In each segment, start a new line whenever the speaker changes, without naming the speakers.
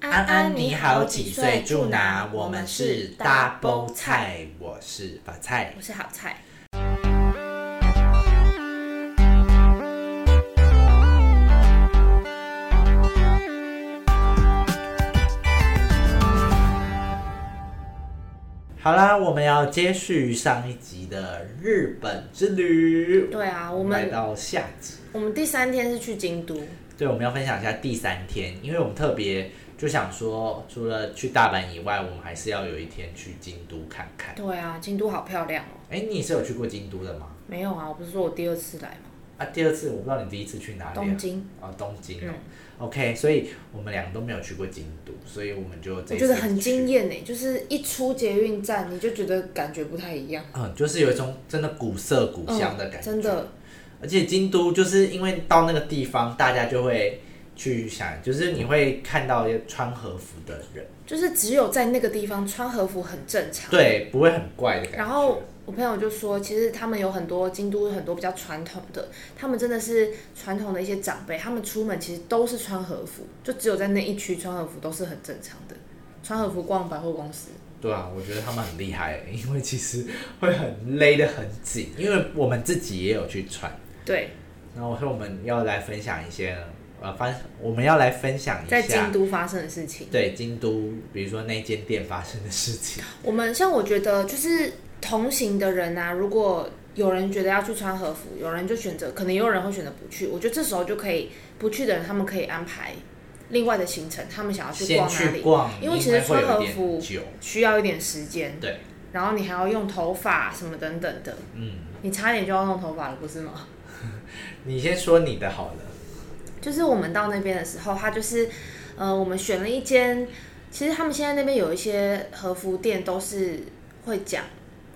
安安你好，几岁住哪？我们是 Double 菜，我是法菜。
我是好菜。
好啦，我们要接续上一集的日本之旅，
对啊，我
来
们
到下集。
我们第三天是去京都，
对，我们要分享一下第三天，因为我们特别就想说，除了去大阪以外，我们还是要有一天去京都看看。
对啊，京都好漂亮哦。
哎，你是有去过京都的吗？
没有啊，我不是说我第二次来吗？
啊，第二次我不知道你第一次去哪里、啊。
东京，
哦，东京哦
嗯。
OK，所以我们俩都没有去过京都，所以我们就这
我
一
觉
次
得很
去
惊。艳呢，就是一出捷运站，你就觉得感觉不太一样，嗯
嗯，就是有一种真的古色古香的感觉。
哦真。的，
而且京都就是因为到那个地方，大家就会去想，就是你会看到穿和服的人，
就是只有在那个地方穿和服很正常。
对，不会很怪的感觉。
然后我朋友就说，其实他们有很多京都有很多比较传统的，他们真的是传统的一些长辈，他们出门其实都是穿和服，就只有在那一区穿和服都是很正常的，穿和服逛百货公司。
对啊，我觉得他们很厉害， 因为其实会很勒得很紧，因为我们自己也有去穿。
对，
然后所以我们要来分享一些，呃，发我们要来分享一下
在京都发生的事情，
对京都，比如说那间店发生的事情。
我们像我觉得就是同行的人啊，如果有人觉得要去穿和服，有人就选择，可能也有人会选择不去。我觉得这时候就可以不去的人，他们可以安排另外的行程，他们想要去
先
逛哪
去
里，
逛，
因
因
为其实
会
穿
有
和
点
服
久，
需要一点时间。
对，
然后你还要用头发什么等等的，
嗯，
你差点就要弄头发了，不是吗？
你先说你的好了。
就是我们到那边的时候，他就是，呃，我们选了一间，其实他们现在那边有一些和服店都是会讲，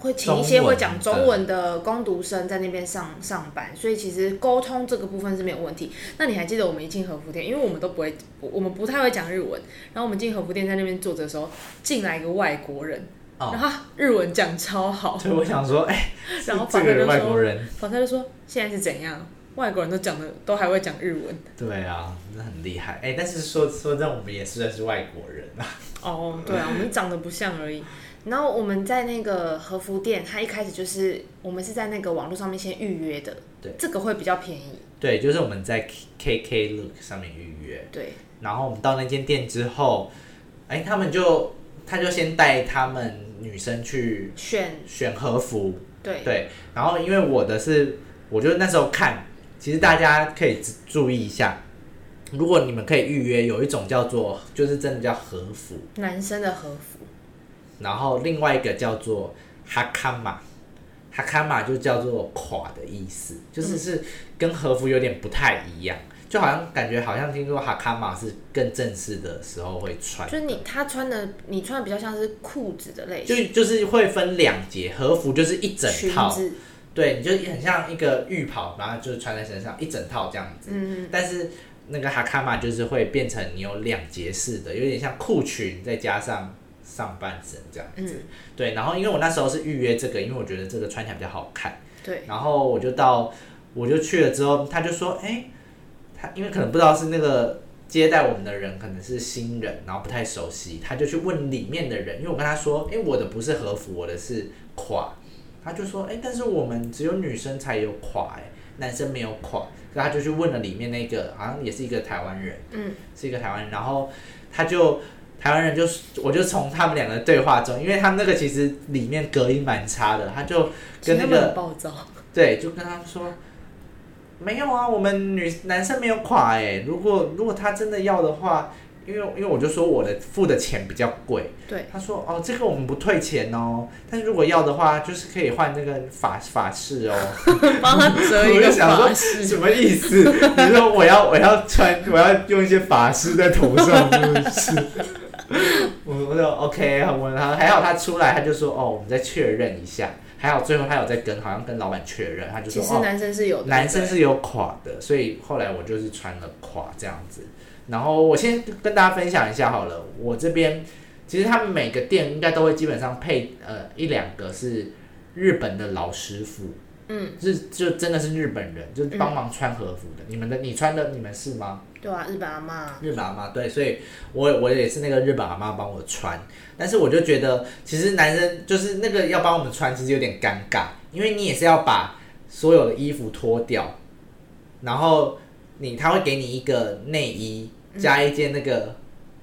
会请一些
中文
会
的
讲中文的工读生在那边上上班，所以其实沟通这个部分是没有问题。那你还记得我们一进和服店，因为我们都不会，我我们不太会讲日文，然后我们进和服店在那边坐着的时候，进来一个外国人，
哦
然后他日文讲超好，
所以我想说，哎、
哦 然后
这
法
这个
克就
人
说
外国人，
反正就说现在是怎样，外国人都讲的都还会讲日文
对啊，真的很厉害。哎、但是说说真的，我们也是认识外国人 啊。
哦， 对啊，我们长得不像而已。然后我们在那个和服店，它一开始就是我们是在那个网络上面先预约的，
对
这个会比较便宜，
对，就是我们在 K K Look 上面预约，
对，
然后我们到那间店之后，哎、他们就他就先带他们女生去
选
选和服，
对
对，然后因为我的是，我就那时候看，其实大家可以注注意一下，如果你们可以预约，有一种叫做就是真的叫和服，
男生的和服，
然后另外一个叫做哈卡玛，哈卡玛就叫做垮的意思，就是是跟和服有点不太一样，就好像感觉好像听说哈卡玛是更正式的时候会穿
就。是你他穿的你穿的比较像是裤子的类
就
型，
就是会分两节，和服就是一整
裙
套，
子，
对，你就很像一个浴袍，然后就是穿在身上一整套这样子。
嗯，
但是那个哈卡玛就是会变成你有两节式的，有点像裤裙再加上上半身这样子。对，然后因为我那时候是预约这个，因为我觉得这个穿起来比较好看，
对，
然后我就到我就去了之后，他就说，哎、他因为可能不知道是那个。接待我们的人可能是新人，然后不太熟悉，他就去问里面的人，因为我跟他说，哎、我的不是和服，我的是垮，他就说，哎、但是我们只有女生才有垮、哎，男生没有垮，所以他就去问了里面那个，好像也是一个台湾人，
嗯，
是一个台湾人，然后他就台湾人就我就从他们两个对话中，因为他们那个其实里面隔音蛮差的，他就
其
跟那
实他们
个
很暴躁，
对，就跟他们说，没有啊，我们女男生没有垮哎、如果如果他真的要的话，因为因为我就说我的付的钱比较贵，
对，
他说哦，这个我们不退钱哦，但是如果要的话，就是可以换那个法法式哦。
帮他折一
我
个
就想说
发饰，
什么意思？你说我要我要穿我要用一些法师在头上，是不是？我我说 OK，我然后还好他出来，他就说哦，我们再确认一下。还好最后他有在跟，好像跟老板确认，他就
其
说
实
哦，
男生是有的，
男生
对
是有垮的，所以后来我就是穿了垮这样子。然后我先跟大家分享一下好了，我这边其实他们每个店应该都会基本上配呃一两个是日本的老师傅，
嗯，
是就真的是日本人，就是帮忙穿和服的。你们的你穿的你们是吗？
对啊，日本阿妈，
日本阿妈对，所以我我也是那个日本阿妈帮我穿，但是我就觉得其实男生就是那个要帮我们穿，其实有点尴尬，因为你也是要把所有的衣服脱掉，然后你他会给你一个内衣加一件那个、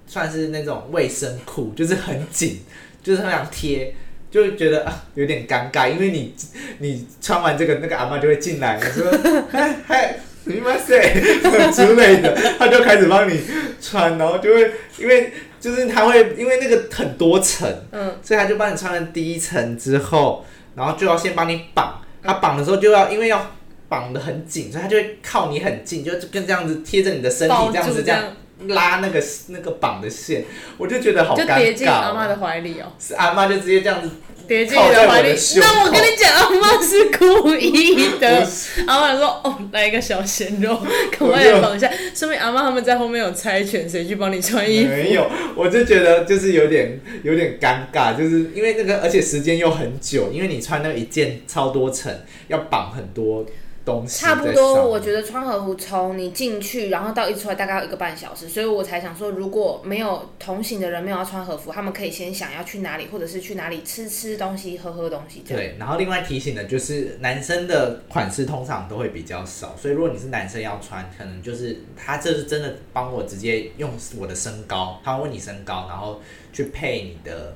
算是那种卫生裤，就是很紧，就是很想贴。就会觉得啊有点尴尬，因为你你穿完这个，那个阿妈就会进来，说嗨嗨，你们谁 之类的，她就开始帮你穿，然后就会因为就是她会因为那个很多层，
嗯，
所以他就帮你穿了第一层之后，然后就要先帮你绑。他绑的时候就要因为要绑得很紧，所以他就会靠你很近，就跟这样子贴着你的身体
抱
这样
住
子这样拉那个那个绑的线，我就觉得好
就
尴
跌进阿妈
尬、哦。
的怀里哦，
是阿妈就直接这样子，
跌进你怀里
靠在我的。胸口
那我跟你讲，阿妈是故意
不
的。
是
阿妈说：“哦，来一个小鲜肉，赶快来绑一下。”说明阿妈他们在后面有猜拳，谁去帮你穿衣服？
没有，我就觉得就是有点有点尴尬，就是因为那个，而且时间又很久，因为你穿那一件超多层，要绑很多东西在
差
上
不
面。
多，我觉得穿和服从你进去，然后到一出来大概要一个半小时，所以我才想说，如果没有同行的人没有要穿和服，他们可以先想要去哪里，或者是去哪里吃吃东西、喝喝东西这样。
对，然后另外提醒的就是，男生的款式通常都会比较少，所以如果你是男生要穿，可能就是他这是真的帮我直接用我的身高，他会问你身高，然后去配你的，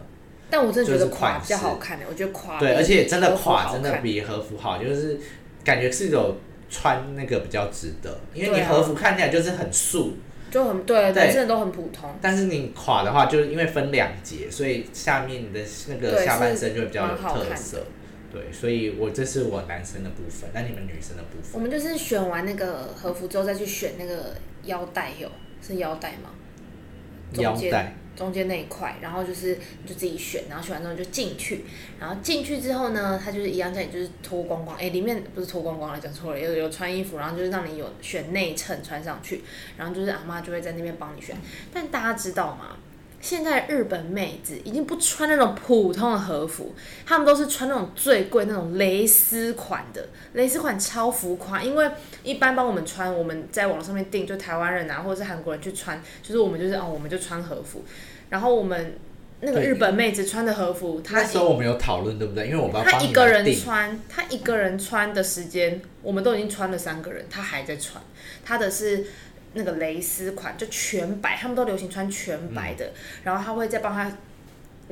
但我真的觉得
就是
垮
款式
比较好看的、欸我觉得垮
对，而且真的垮
和服好
真
看
的比和服好，就是感觉是有穿那个比较值得，因为
对
你
啊
和服看起来就是很素，
就很对，
对
男生的都很普通，
但是你垮的话，就是因为分两节，所以下面你的那个
对
下半身就会比较有
是蛮好看
特
的
色。对，所以我这是我男生的部分，那你们女生的部分
我？们就是选完那个和服之后再去选那个腰带哟，是腰带吗？
腰
中间
带，
中间那一块，然后就是你就自己选，然后选完之后你就进去，然后进去之后呢，他就是一样叫你就是脱光光，哎，里面不是脱光光了，讲错了，有有穿衣服，然后就是让你有选内衬穿上去，然后就是阿妈就会在那边帮你选，但大家知道吗？现在日本妹子已经不穿那种普通的和服，她们都是穿那种最贵那种蕾丝款的，蕾丝款超浮夸。因为一般帮我们穿，我们在网络上面订，就台湾人啊，或者是韩国人去穿，就是我们就是哦，我们就穿和服。然后我们那个
对
日本妹子穿的和服，她
那时候我们有讨论，对不对？因为我们要
她
帮
一
你
个
们
人
定，
穿，她一个人穿的时间，我们都已经穿了三个人，她还在穿。她的是那个蕾丝款，就全白，他们都流行穿全白
嗯
的。然后她会再帮她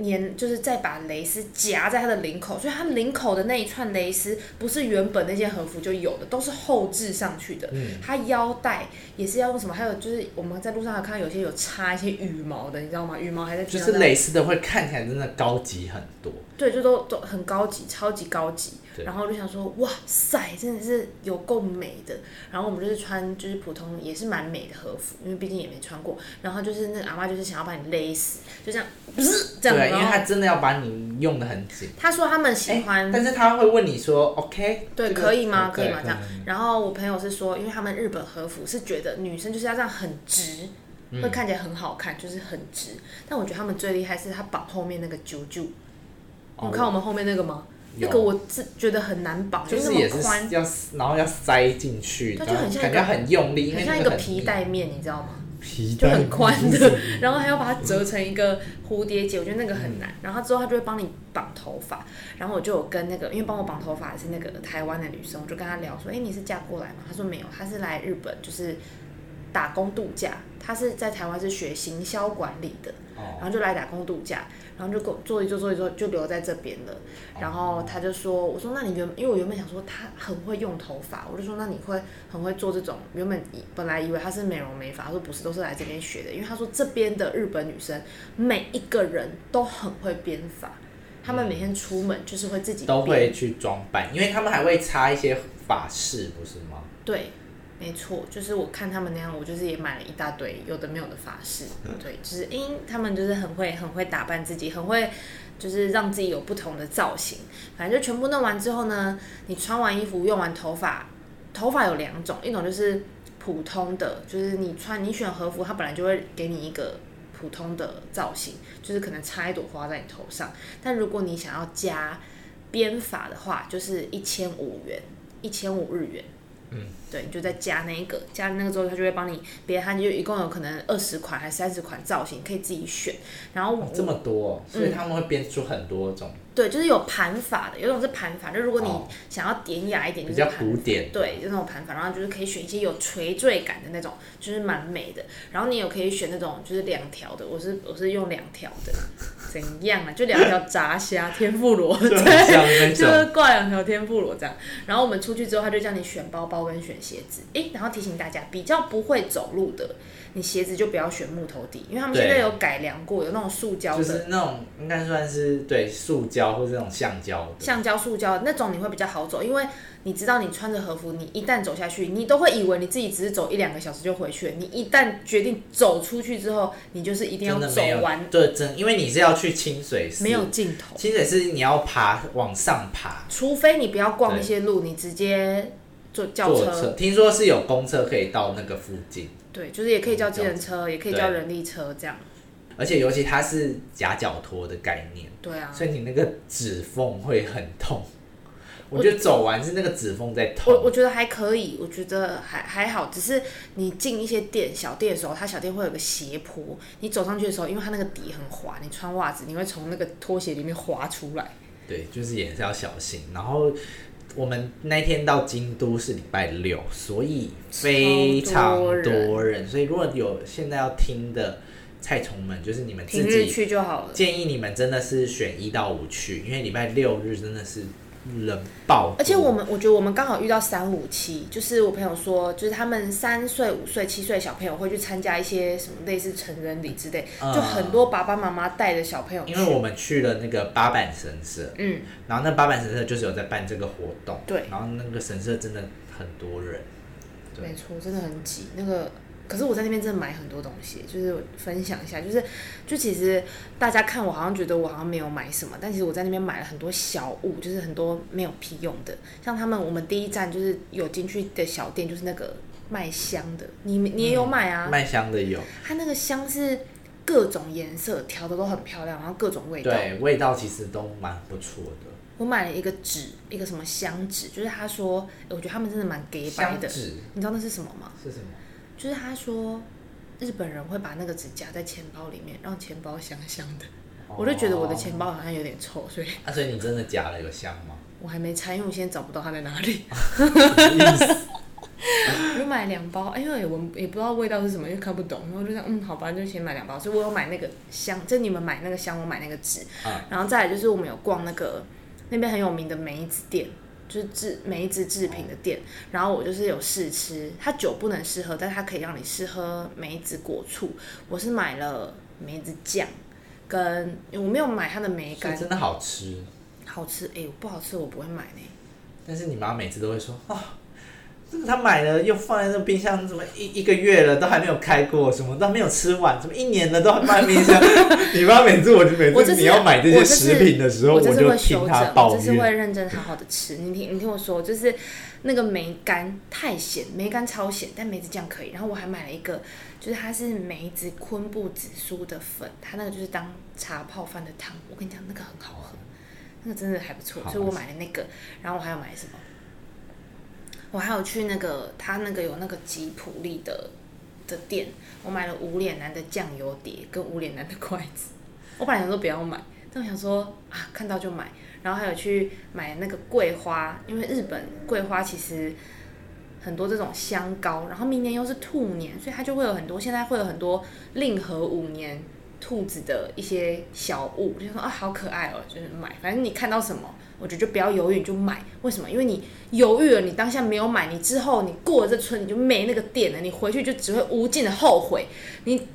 粘，就是再把蕾丝夹在她的领口，所以她领口的那一串蕾丝不是原本那件和服就有的，都是后置上去的。
嗯，
它腰带也是要用什么？还有就是我们在路上还看到有些有插一些羽毛的，你知道吗？羽毛还在地
就是
上
蕾丝的会看起来真的高级很多。
对，就都都很高级，超级高级。
对
然后我就想说，哇塞，真的是有够美的。然后我们就是穿就是普通也是蛮美的和服，因为毕竟也没穿过。然后就是那个阿妈就是想要把你勒死，就这样，不是这样。
对，因
然
为哎
后
他真的要把你用的很紧。
他说他们喜欢，
但是他会问你说，OK，
对，
这个
可以吗？
嗯
可以吗？
对
这样。然后我朋友是说，因为他们日本和服是觉得女生就是要这样很直，
嗯
会看起来很好看，就是很直。但我觉得他们最厉害是他绑后面那个揪揪，
哦
你看我们后面那个吗？
有
那个我是觉得很难绑，
就是
那
也
么
是
宽，
要，然后要塞进去，
对
然
就
后
很像一
感
个
觉很用力，因
很
为
像
那
一
个
个
很
皮
硬
带面，你知道吗？
皮
就
带嗯
很宽
是
的， 然后还要把它折成一个蝴蝶结，我觉得那个很难。然后之后他就会帮你绑头发，然后我就有跟那个，因为帮我绑头发的是那个台湾的女生，我就跟她聊说，哎、你是嫁过来吗？她说没有，她是来日本就是打工度假，她是在台湾是学行销管理的，然
哦，
后就来打工度假，然后就跟我做一做做一做就留在这边了。然后他就说，我说那你原因为我原本想说他很会用头发，我就说那你会很会做这种，原本以本来以为他是美容美发，他说不是，都是来这边学的，因为他说这边的日本女生每一个人都很会编发，她们每天出门就是会自己
嗯都
编
会去装扮，因为他们还会插一些法式，不是吗？
对。没错，就是我看他们那样，我就是也买了一大堆有的没有的发饰。
嗯
对，就是因、他们就是很会很会打扮自己，很会就是让自己有不同的造型。反正就全部弄完之后呢，你穿完衣服、用完头发，头发有两种，一种就是普通的，就是你穿你选和服，它本来就会给你一个普通的造型，就是可能插一朵花在你头上。但如果你想要加编发的话，就是一千五元，一千五日元。嗯，对，你就再加那一个，加那个之后，他就会帮你别它就一共有可能二十款还三十款造型可以自己选，然后
哦这么多哦，
嗯
所以他们会编出很多种，
对，就是有盘法的，有一种是盘法，就如果你
哦
想要典雅一点，就
比
是
较
盘法
古 典。
对，就那种盘法，然后就是可以选一些有垂坠感的那种，就是蛮美的。然后你也可以选那种就是两条的，我是我是用两条的，怎样啊？就两条炸虾天妇罗，
就很像那
对，就是
种
挂两条天妇罗这样。然后我们出去之后，他就叫你选包包跟选鞋子。诶，然后提醒大家，比较不会走路的，你鞋子就不要选木头底，因为他们现在
对
有改良过，有那种塑胶
就
的。
是那种应该算是对塑胶或是那种橡胶的，
橡胶、塑胶那种你会比较好走，因为你知道你穿着和服，你一旦走下去，你都会以为你自己只是走一两个小时就回去了。你一旦决定走出去之后，你就是一定要
真的
走
没有
完，
对，真因为你是要去清水寺，
没有尽头。
清水寺你要爬往上爬，
除非你不要逛
对
那些路，你直接坐轿
坐
车，
车，听说是有公车可以到那个附近，
对，就是也可以
嗯
叫计程车，也可以叫
对
人力车这样。
而且尤其它是夹脚拖的概念，
对啊，
所以你那个指缝会很痛。我觉得走完是那个指缝在
我我
痛，
觉得还可以，我觉得还还好，只是你进一些店小店的时候，它小店会有个斜坡，你走上去的时候，因为它那个底很滑，你穿袜子你会从那个拖鞋里面滑出来。
对，就是也是要小心。然后我们那天到京都是礼拜六，所以非常
超多
多
人
人，所以如果有现在要听的菜虫们，就是你们自
平日
己
去就好了。
建议你们真的是选一到五去，因为礼拜六日真的是人爆多，
而且我们，我觉得我们刚好遇到三五七，就是我朋友说，就是他们三岁、五岁、七岁的小朋友会去参加一些什么类似成人礼之类，
嗯
就很多爸爸妈妈带着小朋友去
因。为我们去了那个八坂神社，
嗯，
然后那八坂神社就是有在办这个活动，
对
然后那个神社真的很多人，对
没错，真的很挤。那个，可是我在那边真的买很多东西，就是我分享一下，就是就其实大家看我好像觉得我好像没有买什么，但其实我在那边买了很多小物，就是很多没有屁用的。像他们，我们第一站就是有进去的小店，就是那个卖香的，你你也有买啊？
嗯卖香的有，
它那个香是各种颜色调的都很漂亮，然后各种味道。
对，味道其实都蛮不错的，
我买了一个纸，一个什么香纸，就是他说，诶我觉得他们真的蛮给白
香
的。
纸
你知道那是什么吗？
是什么？
就是他说日本人会把那个纸夹在钱包里面，让钱包香香的。我就觉得我的钱包好像有点臭，所以
哦，啊，所以你真的夹了有香吗？
我还没拆，因为我现在找不到它在哪 里。
意思
我就买两包，哎因为我也不知道味道是什么，又看不懂，然后就想，嗯，好吧，就先买两包。所以我有买那个香，就你们买那个香，我买那个纸，
啊
然后再来就是我们有逛那个那边很有名的梅子店，就是制梅子制品的店。然后我就是有试吃，它酒不能试喝，但它可以让你试喝梅子果醋。我是买了梅子酱，跟我没有买它的梅
所以
干，
真的好吃，
好吃哎、我不好吃我不会买呢、
但是你妈每次都会说啊。这个他买了又放在那冰箱，怎么一一个月了都还没有开过，什么都还没有吃完，怎么一年了都还放在冰 箱？你妈每次我就每
我
次
这次
你要买这些
我这次
食品的时候，
我
我
这次
就
会修
听她
正，我
抱
这次
怨。
会认真好好的吃。你听，你听我说，就是那个梅干太咸，梅干超咸，但梅子酱可以。然后我还买了一个，就是它是梅子昆布紫苏的粉，它那个就是当茶泡饭的汤。我跟你讲，那个很好喝，那个真的还不错，
好
所以我买了那个。然后我还有买什么？我还有去那个他那个有那个吉普力的的店，我买了无脸男的酱油碟跟无脸男的筷子。我本来想说不要买，但我想说啊，看到就买。然后还有去买那个桂花，因为日本桂花其实很多这种香膏，然后明年又是兔年，所以它就会有很多现在会有很多令和五年兔子的一些小物，就想说啊好可爱哦，就是买。反正你看到什么，我觉得就不要犹豫，你就买。为什么？因为你犹豫了，你当下没有买，你之后你过了这村你就没那个店了，你回去就只会无尽的后悔。你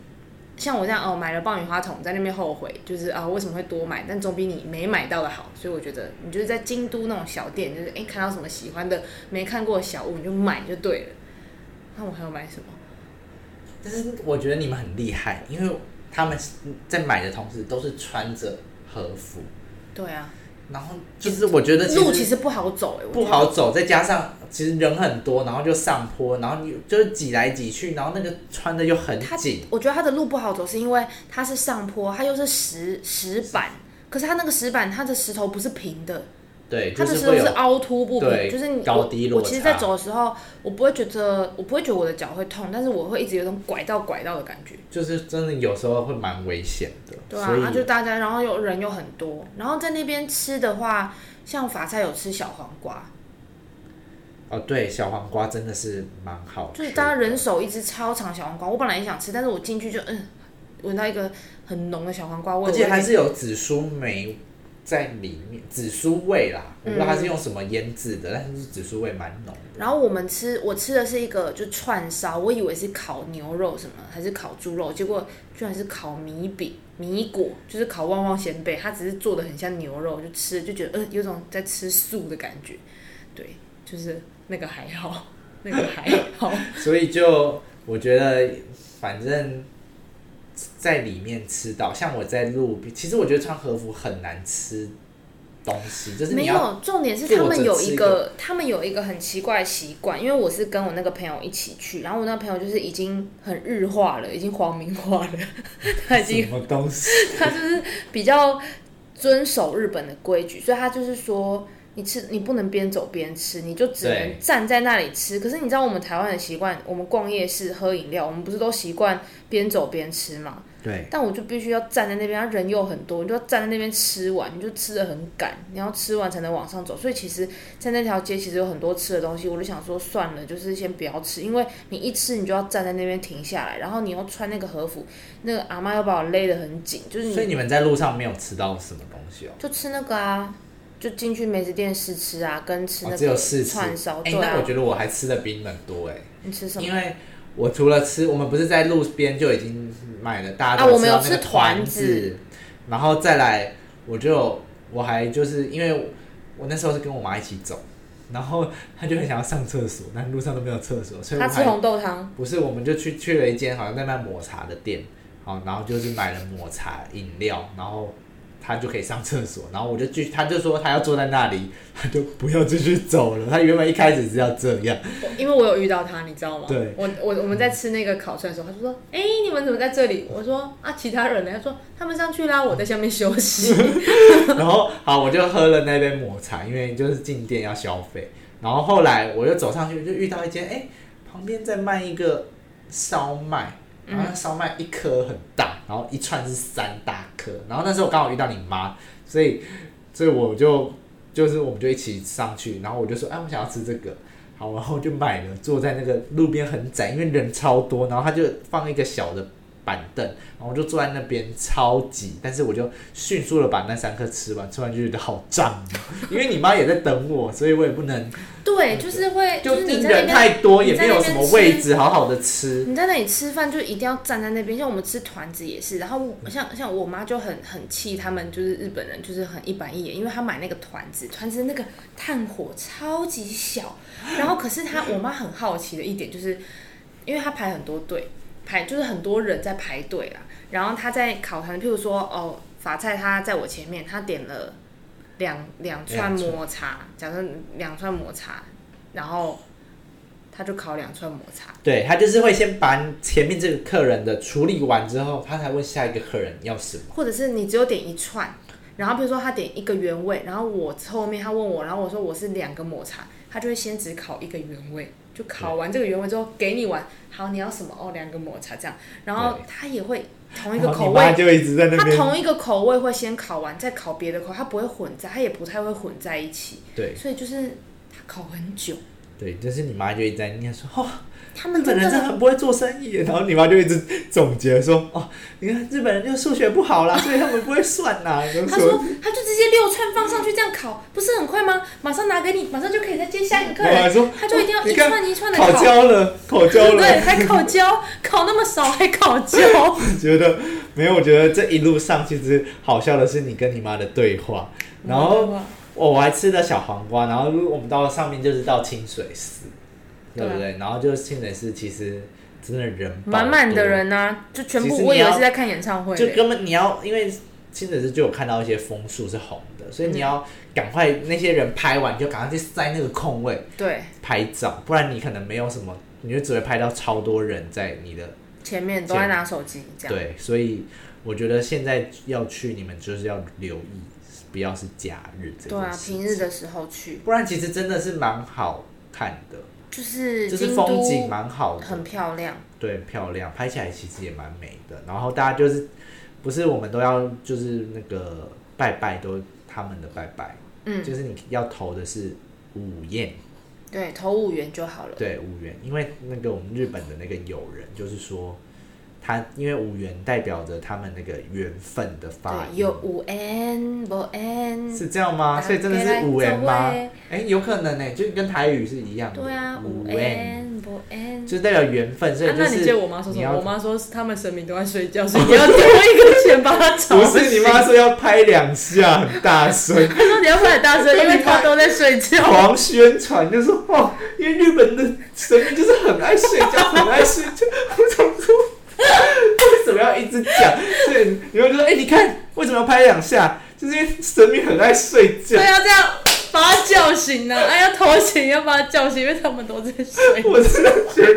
像我这样哦，买了爆米花桶，在那边后悔，就是啊、为什么会多买？但总比你没买到的好。所以我觉得你就是在京都那种小店，就是哎、看到什么喜欢的、没看过的小物你就买就对了。那我还要买什么？
但是我觉得你们很厉害，因为他们在买的同时都是穿着和服，
对啊，
然后就是我觉得
路其
实
实不好走哎、我觉
不
得
好走，再加上其实人很多，然后就上坡，然后你就是挤来挤去，然后那个穿的又很
它
紧，
我觉得它的路不好走，是因为它是上坡，它又是石石板，可是它那个石板它的石头不是平的，
对，
它
就
的
是
车都
会
是
有
凹凸不平，
对
就是你
高低
我
落
我其实，
差
在走的时候，我不会觉得，我不会觉得我的脚会痛，但是我会一直有种拐到拐到的感觉。
就是真的有时候会蛮危险的，
对啊，
所以
啊就大家，然后有人又很多，然后在那边吃的话，像法菜有吃小黄瓜，
哦对，小黄瓜真的是蛮好吃
就
的，
是大家人手一只超长小黄瓜，我本来也想吃，但是我进去就嗯，闻到一个很浓的小黄瓜味，
而且
我
还
有点
是有紫苏梅在里面，紫苏味啦，我不知道它是用什么腌制的，但是紫苏味蛮浓的。
然后我们吃，我吃的是一个就串烧，我以为是烤牛肉什么，还是烤猪肉，结果居然是烤米饼、米果，就是烤旺旺鲜贝，它只是做的很像牛肉，就吃就觉得呃有种在吃素的感觉，对，就是那个还好，那个还好，
所以就我觉得，反正在里面吃到，像我在路边，其实我觉得穿和服很难吃东西，就是
没
你要
有，重点是他们有一
坐着吃一个
个，他们有一个很奇怪的习惯，因为我是跟我那个朋友一起去，然后我那个朋友就是已经很日化了，已经皇民化了， 他已经
什么 东西，
他就是比较遵守日本的规矩，所以他就是说，你吃你不能边走边吃，你就只能
对
站在那里吃。可是你知道我们台湾的习惯，我们逛夜市喝饮料，我们不是都习惯边走边吃嘛？
对，
但我就必须要站在那边，他人又很多，你就要站在那边吃完，你就吃的很赶，你要吃完才能往上走。所以其实，在那条街其实有很多吃的东西，我就想说算了，就是先不要吃，因为你一吃你就要站在那边停下来，然后你又穿那个和服，那个阿妈又把我勒得很紧，就是
所以
你
你们在路上没有吃到什么东西哦。
就吃那个啊，就进去美食店试吃啊，跟吃
哦
那
只有
个
试吃
串烧，
哎、
对
那
啊
我，觉得我还吃的比你们多哎、
你吃什么？
因为我除了吃，我们不是在路边就已经买了，大家
啊
都
我们
知道
有
那个
吃团
团
子
子，然后再来，我就我还就是因为我我那时候是跟我妈一起走，然后她就很想要上厕所，但路上都没有厕所，所以我
他吃
还
红豆汤，
不是我们就去去了一间好像在卖抹茶的店，好，然后就是买了抹茶饮料，然后。她就可以上厕所，然后我就去，她就说她要坐在那里，她就不要继续走了。她原本一开始是要这样，
因为我有遇到他，你知道吗？
对
我我我们在吃那个烤串的时候，他就说：“哎、你们怎么在这里？”我说：“啊，其他人呢？”他说：“他们上去啦，我在下面休息。
然后好，我就喝了那杯抹茶，因为就是进店要消费。然后后来我就走上去，就遇到一间哎、旁边在卖一个烧麦，然后那烧麦一颗很大，然后一串是三大颗。然后那时候刚好遇到你妈，所以所以我就就是我们就一起上去，然后我就说哎、我想要吃这个。好，然后就买了，坐在那个路边很窄，因为人超多，然后他就放一个小的板凳，然后我就坐在那边超级，但是我就迅速的把那三颗吃完，吃完就觉得好胀 哦，因为你妈也在等我，所以我也不能，”
对，哎就是会，
就是
你在
人
那边，
太多，
你
也
在
没有
那
什
边
么
吃
位置好好的吃。
你在那里吃饭就一定要站在那边。像我们吃团子也是，然后
嗯
我像像我妈就很很气他们，就是日本人就是很一板一眼，因为她买那个团子，团子那个炭火超级小，然后可是她我妈很好奇的一点就是，因为她排很多队，排就是很多人在排队啦。然后她在烤团，譬如说哦，法菜她在我前面，她点了两两串
两串
抹茶，假设两串抹茶，然后她就烤两串抹茶。
对他就是会先把前面这个客人的处理完之后，他才问下一个客人要什么。
或者是你只有点一串，然后比如说他点一个原味，然后我后面他问我，然后我说我是两个抹茶，他就会先只烤一个原味，就烤完这个原味之后给你完，好你要什么哦，两个抹茶这样，然后
对
他也会同一
然
个
后
口
你妈
味。
就一直在那
他
边，
同一个口味会先烤完，再烤别的口味，他不会混在，他也不太会混在一起，
对
所以就是他烤很久。
对，就是你妈就一直在念说，哦，
他
日
们
本
真
人真的
的
很不会做生意耶，然后你妈就一直总结说，哦，你看日本人就数学不好啦，所以他们不会算啦。 就
他说，他就直接六串放上去这样烤，不是很快吗？马上拿给你，马上就可以再接下一个客
我还
人。
说哦
他就一定要
你
一
看
串一串的
烤焦了，烤焦了。
对，还烤焦，烤那么少还烤焦。
觉得没有，我觉得这一路上其实好笑的是你跟你妈的对话， 然后哦我还吃了小黄瓜，然后我们到上面就是到清水寺，对不
对啊
对？然后就是清水寺其实真的人爆
满满的
多，
人啊，就全
其实
部
你
我以为
要
是在看演唱会
就
嘞，
根本你要因为。清水寺就有看到一些枫树是红的，所以你
嗯
要赶快那些人拍完，你就赶快去塞那个空位
对，
拍照，不然你可能没有什么，你就只会拍到超多人在你的
前面都在拿手机这样。
对，所以我觉得现在要去，你们就是要留意，不要是假日这
对
件
啊，
事
平日的时候去，
不然其实真的是蛮好看的，
就是
就
京
是
都
风景蛮好的，
很漂亮，
对，漂亮，拍起来其实也蛮美的。然后大家就是不是我们都要就是那个拜拜都他们的拜拜，
嗯，
就是你要投的是五宴，
对，投五元就好了。
对五元，因为那个我们日本的那个友人就是说。他因为五元代表着他们那个缘分的发
对，
音
有，五 n 不 n，
是这样
嗯
吗？所以真的是五元吗？哎、有可能呢、就跟台语是一样的。
对啊，五
元
n 不 n，
就是代表缘分，所以
啊，
就
那你记
是
得我妈说什
你
么？
要
我妈说是他们神明都在睡 觉，所以你要丢一个钱把他吵
不
醒。
是你 妈说要拍两下很大声，
她说你要不然大声，因为她都在睡 觉。
狂宣传，就说哦，因为日本的神明就是很爱睡觉，很爱睡觉。我想说，为什么要一直讲？所以你会说，哎、你看为什么要拍两下？就是因为神明很爱睡觉
对。啊，这样把他叫醒啊！哎，要投醒，要把他叫醒，因为他们都在睡。
我真的觉得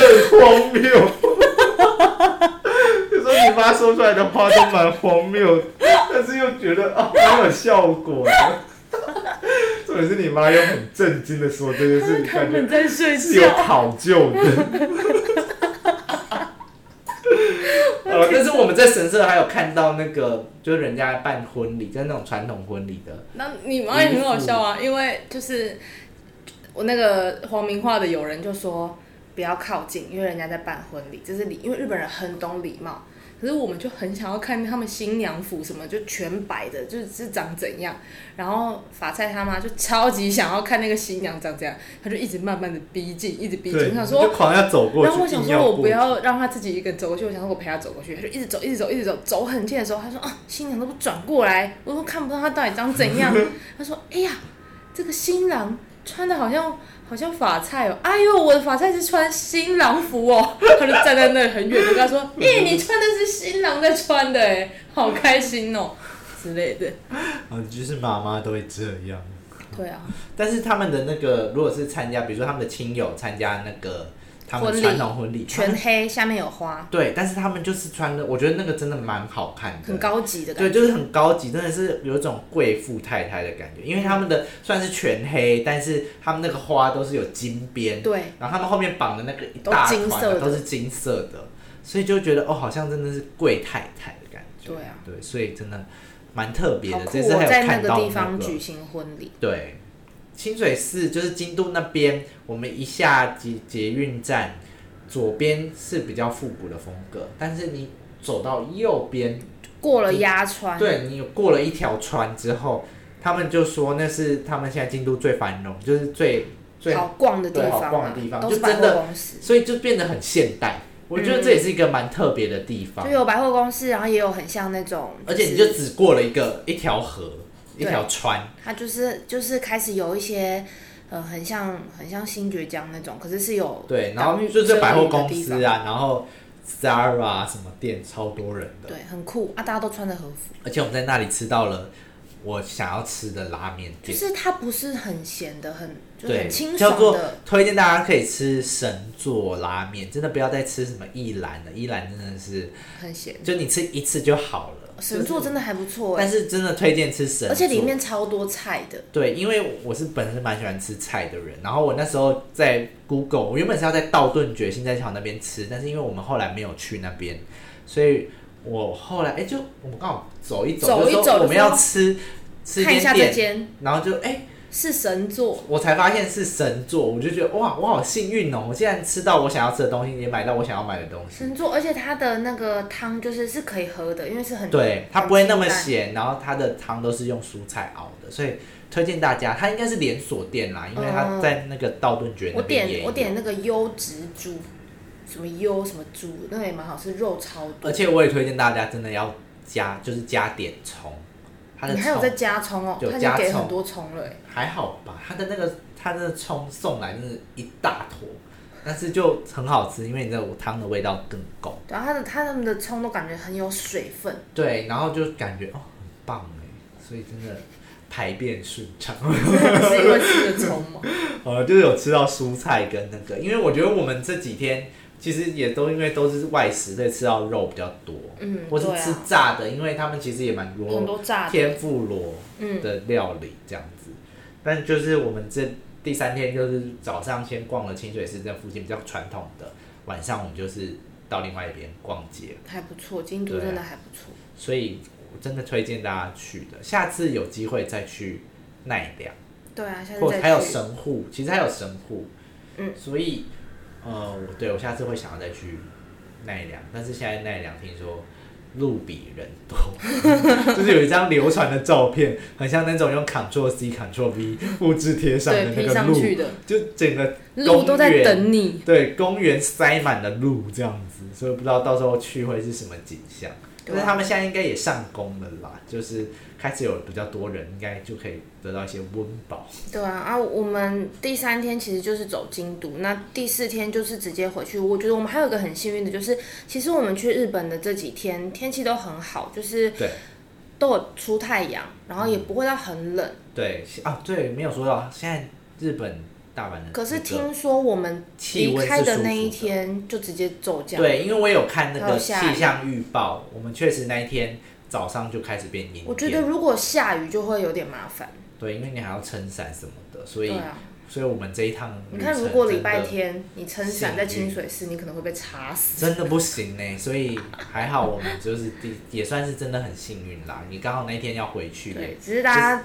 很荒谬。 就说你妈说出来的话都蛮荒谬的，但是又觉得啊蛮有效果的。重点是你妈又很震惊的说这件事，
他
感觉
们在睡
是有
觉，
考究的。 呃，但是我们在神社还有看到那个，就是人家办婚礼，就是那种传统婚礼的，
那你妈也很好笑啊，因为就是我那个黄明化的友人就说不要靠近，因为人家在办婚礼，这是礼，因为日本人很懂礼貌。可是我们就很想要看他们新娘服什么，就全白的，就是是长怎样。然后法菜他妈就超级想要看那个新娘长怎样，他就一直慢慢的逼近，一直逼近。我想说
你就狂要走过去，
然后我想
硬
说，我
过
不
去
要让他自己一个人走过去，我想说我陪他走过去，他就一直走，一直走，一直走，走很近的时候，他说啊，新娘都不转过来，我都看不到他到底长怎 样。他说，哎呀，这个新郎穿的好像好像法菜哦，哎呦，我的法菜是穿新郎服哦。 他就站在那里很远，就跟他说，哎、你穿的是新郎在穿的，哎，好开心哦之类的。
啊，就是妈妈都会这样。
对啊，
但是他们的那个，如果是参加，比如说他们的亲友参加那个他们
婚礼
传统婚礼，他
全
们
黑，下面有花，
对，但是他们就是穿的，我觉得那个真的蛮好看的，
很高级的感
对，
觉。
就是很高级，真的是有一种贵妇太太的感觉，因为他们的算是全黑，但是他们那个花都是有金边，
对，
然后他们后面绑的那个一大
都
团
金
啊
色的
都是金色的，所以就觉得哦，好像真的是贵太太的感觉，
对啊，
对，所以真的蛮特别
好
的，
酷
这次
哦！
还有
在
看
个
到
地方
个
举行婚礼，
对，清水寺就是京都那边，我们一下捷捷运站，左边是比较复古的风格，但是你走到右边，
过了鸭川，
对你有过了一条川之后，他们就说那是他们现在京都最繁荣，就是最最
好逛的地
对
方、啊，
好逛的地方
都
就是
百
真
货
的
公司。
所以就变得很现代。我觉得这也是一个蛮特别的地方
就，有百货公司，然后也有很像那种，
而且你
就
就是只过了一个一条河，一
对
条川，
它就是就是开始有一些呃，很像很像新爵江那种，可是是有
对，然后
岛屿
就是百货
遮蔽
公
的地
司
方，
啊，然后 Zara 啊什么店超多人的，
对，很酷啊，大家都穿着和服，
而且我们在那里吃到了我想要吃的拉面
就
店，
是它不是很咸的，很就是
对，
很清
叫
爽
做
的，
推荐大家可以吃神作拉面，真的不要再吃什么一兰了，一兰真的是
很咸。
就你吃一次就好了。
神作真的还不错
但
哎、
是真的推荐吃神作，
而且里面超多菜的，
对，因为我是本身蛮喜欢吃菜的人，然后我那时候在 Google，我原本是要在道顿崛新在桥那边吃，但是因为我们后来没有去那边，所以我后来哎、就我们刚好走一走，
走一
就
走
说
就
我们要
说
吃吃
看一下
间
这
店，
间
然后就哎、
是神作，
我才发现是神作，我就觉得哇，我好幸运哦，我竟然吃到我想要吃的东西，也买到我想要买的东西。
神作，而且它的那个汤就是是可以喝的，因为是很
对，它不会那么
很清淡
咸，然后它的汤都是用蔬菜熬的，所以推荐大家。它应该是连锁店啦，因为它
嗯
在那个道顿崛
我
那边也
点
有
我点那个优质猪，什么优什么猪，那个也蛮好吃，肉超多
而。且我也推荐大家真的要加，就是加点葱，它的
你还有
葱
在加葱哦，
有
他已
加
经给
葱
很多葱了欸，
还好吧？它的那个它的葱送来就是一大坨，但是就很好吃，因为你的汤的味道更够。
对啊，他的他们的葱都感觉很有水分，
对，然后就感觉哦很棒哎，所以真的排便顺畅。
是因为吃了葱吗？
呃，就是有吃到蔬菜跟那个，因为我觉得我们这几天其实也都因为都是外食，所以吃到肉比较多。
嗯，
我是
对
吃
啊，
炸的，因为他们其实也蛮
很
多
多炸的，
天妇罗
嗯，
的料理这样子。但就是我们这第三天就是早上先逛了清水寺这附近比较传统的，晚上我们就是到另外一边逛街，
还不错，京都
对啊
真的还不错。
所以我真的推荐大家去的。下次有机会再去奈良，
对啊，下次
或
再去。
还有神户，其实还有神户，
嗯，
所以呃，我对我下次会想要再去奈良，但是现在奈良听说。路比人多， 就是有一张流传的照片，很像那种用 Ctrl C Ctrl V 复制贴上的
对，
那
披
个
上
路，
去的
就整个
路都在等你。
对公园塞满了路这样子，所以不知道到时候去会是什么景象。
对
但
啊
是他们现在应该也上工了啦，就是开始有比较多人，应该就可以得到一些温饱。
对啊，啊，我们第三天其实就是走京都，那第四天就是直接回去。我觉得我们还有一个很幸运的，就是其实我们去日本的这几天天气都很好，就是
对嗯
都有出太阳，然后也不会到很冷。
对啊，对，没有说到现在日本大阪的，
可是听说我们
气
离
温是
开
舒服
那一，天就直接骤降，
对，因为我有看那
还
个
有
气
下雨
象预报，我们确实那一天早上就开始变阴
我觉得
天，
如果下雨就会有点麻烦。
对，因为你还要撑伞什么的，所以
对啊，
所以我们这一趟
你
旅
看，
程
如果礼
真
拜
的
天你撑伞在
幸运
清水寺，你可能会被查死。
真的不行呢、所以还好我们就是第也算是真的很幸运啦。你刚好那天要回去，
对，只是大家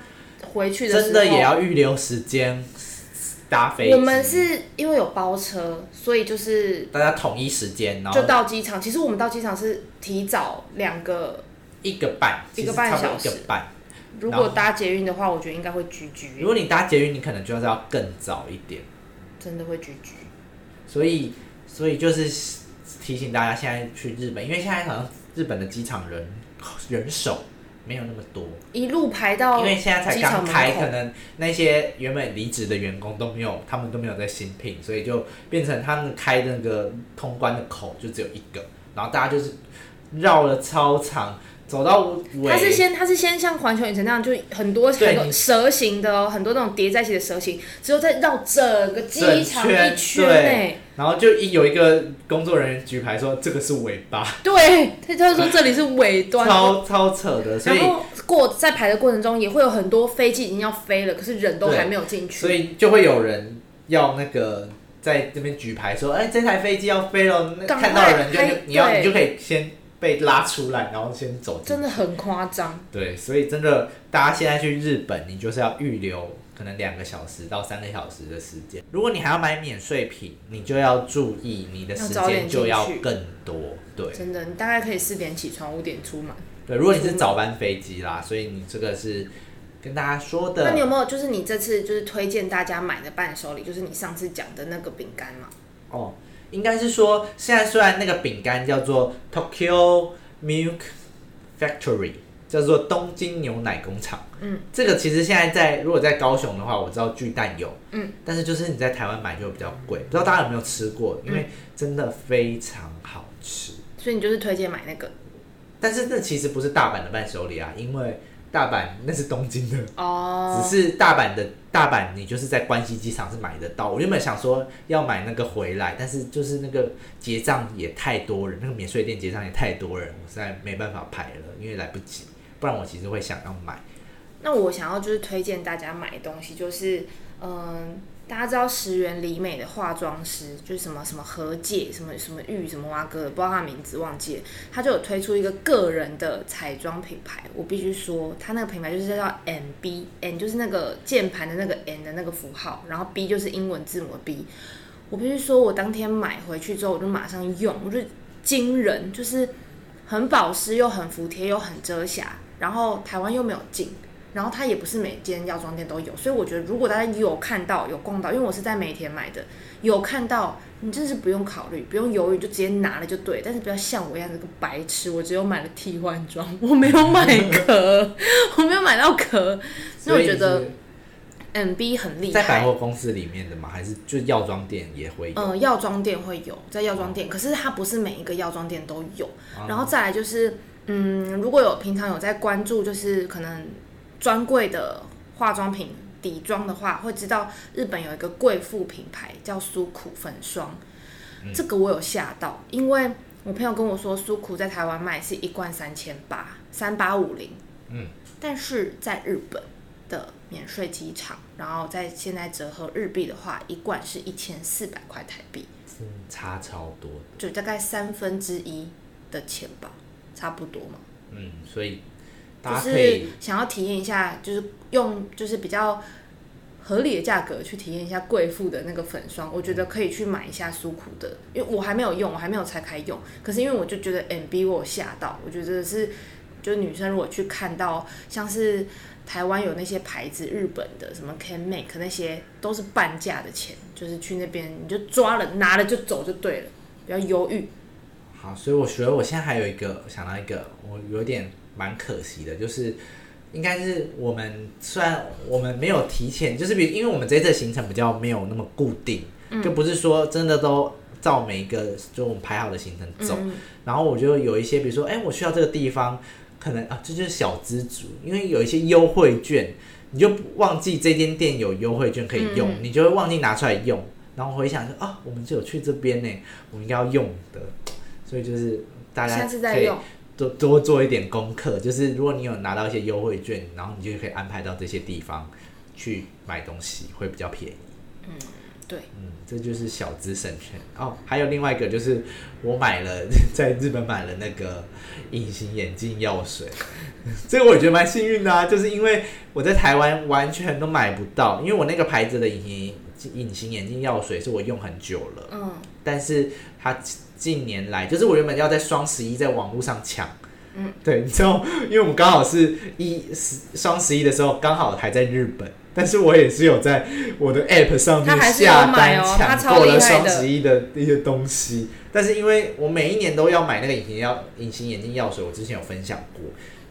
回去的时
真
候
的也要预留时间搭飞机。
我们是因为有包车，所以就是
大家统一时间，然后
就到机场。其实我们到机场是提早两个，
一个半，
一个
其实
半
差不多
小时
一个半。
如
然
果
后
搭捷运的话，我觉得应该会居
如
居，
果你搭捷运，你可能就是要更早一点。
真的会居居。
所以，所以就是提醒大家，现在去日本，因为现在好像日本的机场人人手没有那么多，
一路排到
因为现在才
机
刚
场
开，
门口
可能那些原本离职的员工都没有，他们都没有在新聘，所以就变成他们开那个通关的口就只有一个，然后大家就是绕了操场走到尾，
它是先它是先像环球影城那样，就很多很
对你
多蛇形的哦，很多那种叠在一起的蛇形，之后再绕整个机场
整圈
一圈欸呢。
然后就一有一个工作人员举牌说这个是尾巴，
对，他他就说这里是尾端。
超超扯的，所以
然后过在排的过程中，也会有很多飞机已经要飞了，可是人都还没有进去。
所以就会有人要那个。在这边举牌说：“哎、这台飞机要飞了！”那
赶
看
快
到人就
拍
你要
对
你就可以先被拉出来，然后先走进去
真的很夸张，
对，所以真的，大家现在去日本，你就是要预留可能两个小时到三个小时的时间。如果你还要买免税品，你就要注意你的时
要早点
间
进
就要
去
更多。对
真的，你大概可以四点起床，五点出门。
对，如果你是早班飞机啦，所以你这个是跟大家说
那你有
的。
没有就是你这次就是推荐大家买的伴手礼，就是你上次讲的那个饼干嘛？
哦，应该是说，现在虽然那个饼干叫做 Tokyo Milk Factory，叫做东京牛奶工厂。
嗯，
这个其实现在在如果在高雄的话，我知道巨蛋有，
嗯，
但是就是你在台湾买就比较贵，不知道大家有没有吃过，因
嗯
为真的非常好吃。
所以你就是推荐买那个
但是那其实不是大阪的伴手礼啊，因为大阪那是东京的，
哦
只是大阪的大阪你就是在关西机场是买得到。我原本想说要买那个回来，但是就是那个结账也太多人，那个免税店结账也太多人，我实在没办法排了，因为来不及。不然我其实会想要买，
那我想要就是推荐大家买东西，就是嗯、大家知道石原里美的化妆师，就是什么什么和界、什么什么玉、什么蛙哥的，不知道他名字忘记了，他就有推出一个个人的彩妆品牌。我必须说，他那个品牌就是叫 M B N，就是那个键盘的那个 N 的那个符号，然后 B 就是英文字母的 B。我必须说，我当天买回去之后，我就马上用，我就惊人，就是很保湿又很服帖又很遮瑕，然后台湾又没有进，然后它也不是每间药妆店都有，所以我觉得如果大家有看到有逛到，因为我是在美田买的，有看到你真是不用考虑，不用犹豫就直接拿了就对，但是不要像我一样这个白痴，我只有买了替换装， 我没有买壳，我没有买到壳，那我
所以
觉得
是
M B 很厉害，
在百货公司里面的吗？还是就药妆店也会有？
嗯，药妆店会有，在药妆店，可是它不是每一个药妆店都有。
啊
然后再来就是，嗯，如果有平常有在关注，就是可能专柜的化妆品底妆的话，会知道日本有一个贵妇品牌叫苏苦粉霜。这个我有吓到，因为我朋友跟我说，苏苦在台湾卖是一罐三千八，三八五零，
嗯，
但是在日本的免税机场，然后在现在折合日币的话，一罐是一千四百块台币，
真的差超多的。
就大概三分之一的钱吧，差不多嘛。
嗯，所以
就
大家可
是
以
想要体验一下，就是用就是比较合理的价格去体验一下贵妇的那个粉霜，我觉得可以去买一下苏苦的，因为我还没有用，我还没有拆开用。可是因为我就觉得 MB 我有吓到，我觉得是就是女生如果去看到像是台湾有那些牌子，日本的什么 Can Make 那些都是半价的钱，就是去那边你就抓了拿了就走就对了，不要犹豫。
好，所以我觉得我现在还有一个我想到一个，我有点蛮可惜的，就是应该是我们虽然我们没有提前，就是比因为我们这次的行程比较没有那么固定，就不是说真的都照每一个就我们排好的行程走。然后我就有一些，比如说，哎、我需要这个地方，可能啊，这就是小资族，因为有一些优惠券，你就忘记这间店有优惠券可以用，你就会忘记拿出来用。然后回想说啊，我们就有去这边呢，我们应该要用的，所以就是大家
下次再
可以
用，
多多做一点功课，就是如果你有拿到一些优惠券，然后你就可以安排到这些地方去买东西，会比较便宜。
对。
嗯，这就是小资省钱哦。还有另外一个就是我买了 在日本买了那个隐形眼镜药水， 这个我觉得蛮幸运的啊，就是因为我在台湾完全都买不到，因为我那个牌子的隐形隐形眼镜药水是我用很久了，
嗯，
但是它近年来就是我原本要在双十一在网络上抢。
嗯，
对，你知道，因为我们刚好是一十双十一的时候，刚好还在日本，但是我也是有在我的 App 上
他
面
还是有
下
买
单
哦他
抢
超
购
厉
了
害
双
的
十一的一些东西，但是因为我每一年都要买那个隐形药隐形眼镜药水，我之前有分享过，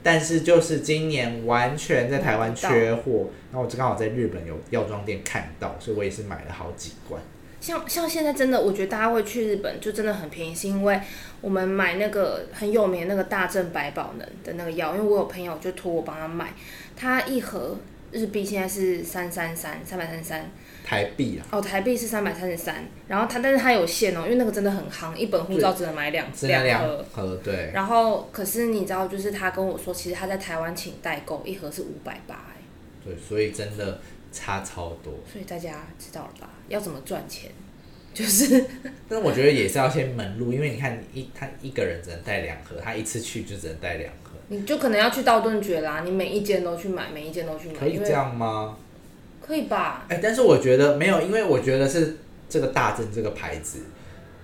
但是就是今年完全在台湾缺货，然后我就刚好在日本有药妆店看到，所以我也是买了好几罐。
像像现在真的，我觉得大家会去日本就真的很便宜，是因为我们买那个很有名的那个大正百宝能的那个药，因为我有朋友就托我帮他买，他一盒日币现在是三三三三百三十三，
台币啊，
哦台币是三百三十三，然后他但是他有限哦，因为那个真的很夯，一本护照只能买两
只能两
盒，
盒，对，
然后可是你知道，就是他跟我说，其实他在台湾请代购一盒是五百八，
对，所以真的差超多。
所以大家知道了吧？要怎么赚钱，就是
但是我觉得也是要先门路，因为你看一他一个人只能带两盒，他一次去就只能带两盒，
你就可能要去道顿崛啦，你每一间都去买，每一间都去买，
可以
因为
这样吗？
可以吧？
哎、但是我觉得没有，因为我觉得是这个大正这个牌子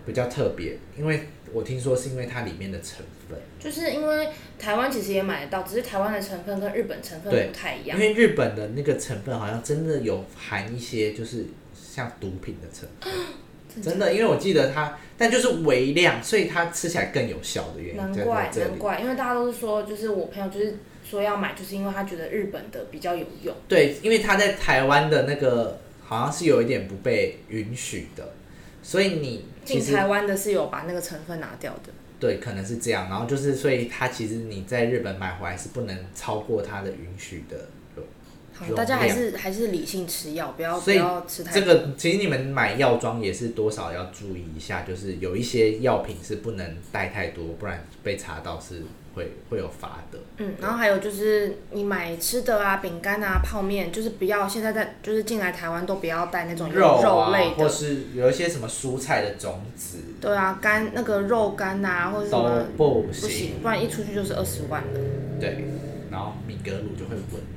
比较特别，因为我听说是因为它里面的成分，
就是因为台湾其实也买得到，只是台湾的成分跟日本成
对
分不太一
因
样。
为日本的那个成分好像真的有含一些就是像毒品的成 分，真的，因为我记得它，但就是微量，所以它吃起来更有效的原因
难
就
怪
在这
难
里。
怪，因为大家都是说，就是我朋友就是说要买，就是因为他觉得日本的比较有用。
对，因为它在台湾的那个好像是有一点不被允许的，所以你其
进
实
台湾的是有把那个成分拿掉的，
对，可能是这样。然后就是，所以它其实你在日本买回来是不能超过它的允许的。
好
容，
大家还
量
是还是理性吃药，不要不
哦所以
要吃太
这个其实你们买药妆也是多少要注意一下，就是有一些药品是不能带太多，不然被查到是会会有罚的。
嗯，然后还有就是你买吃的啊、饼干啊、泡面，就是不要现在在就是进来台湾都不要带那种有
肉啊，
类
或
的，
是有一些什么蔬菜的种子
对啊，干那个肉干啊，或者什
都
么
不
不
行。
行，不然一出去就是二十万了。
对，然后米格鲁就会闻。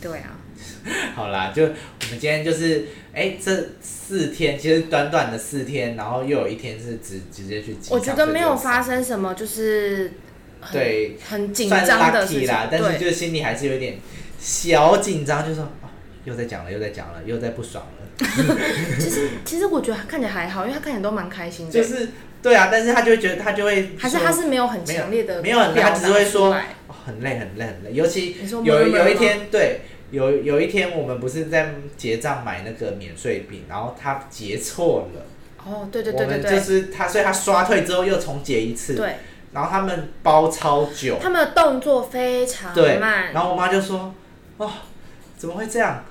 对啊，
好啦，就我们今天就是，哎、这四天其实短短的四天，然后又有一天是直直接去机场，
我觉得没有发
所以
生什么就是
就，对，
很紧
算
张的事
lucky
情
啦，，但是
对，
就是心里还是有点小紧张，就说、哦、又在讲了，又在讲了，又在不爽
嗯
了，
其实其实我觉得他看起来还好，因为他看起来都蛮开心的，
就是对啊，但是他就会觉得他就会
还是
说
他是没有很强烈的
没有，
表达
他只是会
出
说、
来
哦很累很累很累，尤其
你说
有
murmur
有一
吗
天对。有有一天，我们不是在结账买那个免税品，然后他结错了，
哦，对对
我
对对
们就
对
是他，所以他刷退之后又重结一次，
对，
然后他们包超久，
他们的动作非常
对，
啊慢，
然后我妈就说，哦，怎么会这样？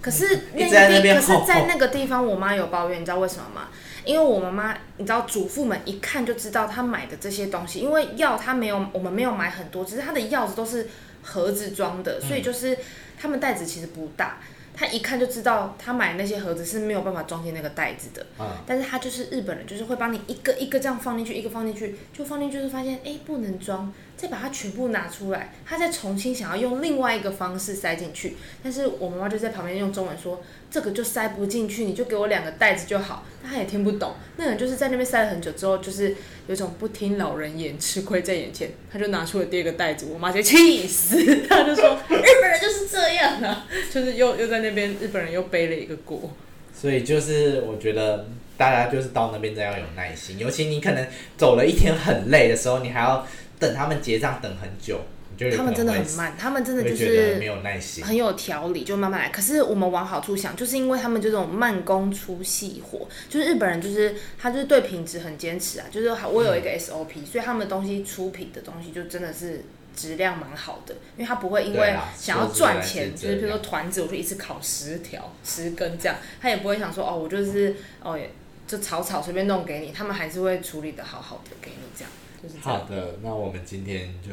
可是那
一直在那
个地，
边
可
吼
是在那个地方，我妈有抱怨，你知道为什么吗？因为我妈妈，你知道，主妇们一看就知道她买的这些东西，因为药她没有，我们没有买很多，只是她的药子都是盒子装
嗯
的，所以就是他们袋子其实不大。她一看就知道，她买那些盒子是没有办法装进那个袋子的。
啊，
但是他就是日本人，就是会帮你一个一个这样放进去，一个放进去，就放进去，就发现哎、诶不能装，再把它全部拿出来，他再重新想要用另外一个方式塞进去。但是我妈妈就在旁边用中文说，这个就塞不进去，你就给我两个袋子就好。那他也听不懂，那个人就是在那边塞了很久之后，就是有一种不听老人言，吃亏在眼前，他就拿出了第二个袋子，我妈直接气死， 他就说日本人就是这样啊，就是又又在那边日本人又背了一个锅。
所以就是我觉得大家就是到那边真要有耐心，尤其你可能走了一天很累的时候，你还要等他们结账等很久，你就有
他们
可
真
能
的
会
很慢，他们真的就
会觉得
是
没有耐心。
很有条理，就慢慢来。可是我们往好处想，就是因为他们这种慢工出细活，就是日本人就是他就是对品质很坚持啊，就是我有一个
嗯
SOP，、所以他们东西出品的东西就真的是质量蛮好的，因为他不会因
对
为
啊
想要
说实
赚
在是
钱，
这
就是比如
样
说团子，我就一次烤十条十根这样，他也不会想说哦，我就是哦也就草草随便弄给你，他们还是会处理的好好的给你这样，就是这样。
好的，那我们今天就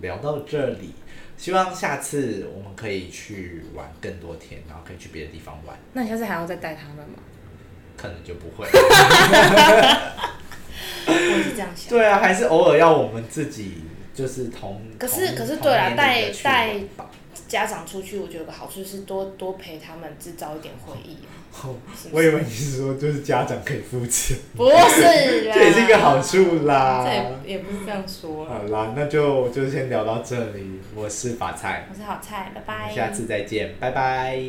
聊到这里，希望下次我们可以去玩更多天，然后可以去别的地方玩，
那你下次还要再带他们 吗？
可能就不会。
我是这样想。
对啊，还是偶尔要我们自己就是同。
可是
同
可是对啦
同年龄的
带
去
带
玩吧
家长出去，我觉得有个好处是多多陪他们制造一点回忆，是不
我
是？
以为你是说就是家长可以付钱，
不是啦，
这也是一个好啊处啦。
啊这也也不是这样说啦。
好啦，那就就先聊到这里。我是法菜，
我是好菜，拜
我
拜。
们下次再见，拜拜。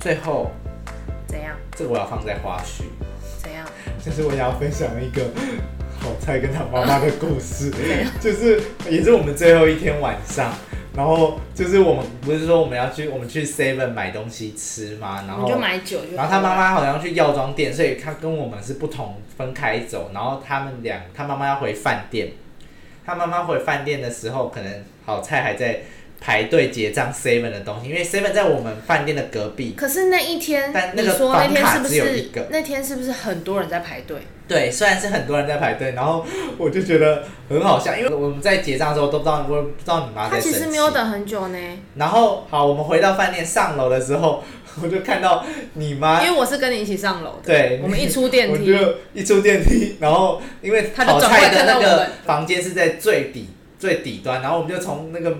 最后，
怎样
这个我要放在花絮，
怎样？
就是我想要分享一个好菜跟他妈妈的故 事，
啊
就是也是我们最后一天晚上，然后就是我们不是说我们要去我们去 Seven 买东西吃吗？然
我们
后
就买酒就好了。啊
然后他妈妈好像去药妆店，所以他跟我们是不同分开走。然后他们俩，他妈妈要回饭店，他妈妈回饭店的时候，可能好菜还在排队结账 Seven 的东西，因为 Seven 在我们饭店的隔壁。
可是那一天，
但那
你
个
说那天
房卡
是不
只有
是
一个
那天是不是很多人在排队？
对，虽然是很多人在排队，然后我就觉得很好笑，因为我们在结账的时候都不知道，我不知道你妈
他
在
其
生
实
气
没。有等很久呢，
然后好，我们回到饭店上楼的时候，我就看到你妈
因为我是跟你一起上楼的。
对
我们一出电
我
梯，
就一出电梯，然后因为
他就
炒
转过
菜
来
的
看
那
到我
个
们
房间是在最底最底端，然后我们就从那个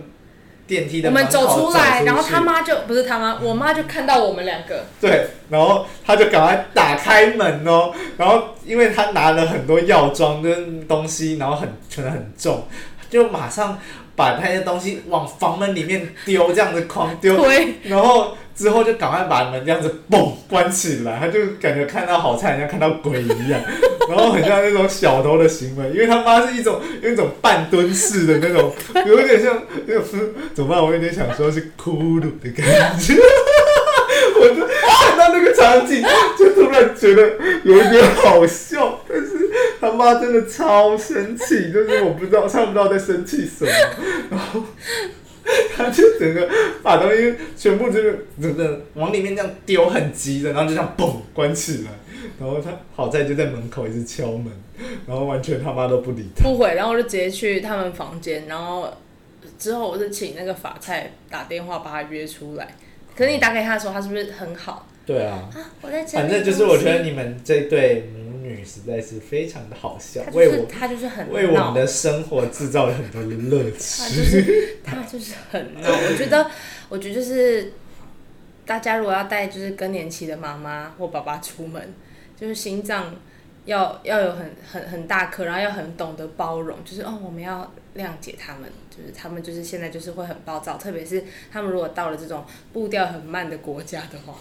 电梯的
我们
门口
走出来，然后他
去
妈就不是他妈，我妈就看到我们两个，
对，然后他就赶快打开门哦，然后因为他拿了很多药妆跟东西，然后很可能很重，就马上把那些东西往房门里面丢，这样子狂丢，
对，
然后之后就赶快把门这样子嘣关起来，他就感觉看到好菜，像看到鬼一样， 然后很像那种小偷的行为，因为他妈是一种有一种半蹲式的那种，有点像有怎么办？我有点想说是骷髅的感觉，我就看到那个场景，就突然觉得有一点好笑，但是他妈真的超生气，就是我不知道，他不知道在生气什么，然后。他就整个把东西全部就是整个往里面这样丢，很急的，然后就这样嘣关起来。然后他好在就在门口一直敲门，然后完全他妈都不理他。
不回，然后我就直接去他们房间，然后之后我就请那个法菜打电话把他约出来。可是你打给他的时候，他是不是很好
对啊，
啊？我在整理
反正就是
东
我
西
觉得你们这对母女实在是非常的好笑
他，就
为
是
我
他就是很
为我
闹
们，的生活制造了很多的乐
他
趣
就。是他就是很闹。我觉得，我觉得就是大家如果要带就是更年期的妈妈或爸爸出门，就是心脏。要要有很很很大颗，然后要很懂得包容，就是哦，我们要谅解他们，就是他们就是现在就是会很暴躁，特别是他们如果到了这种步调很慢的国家的话，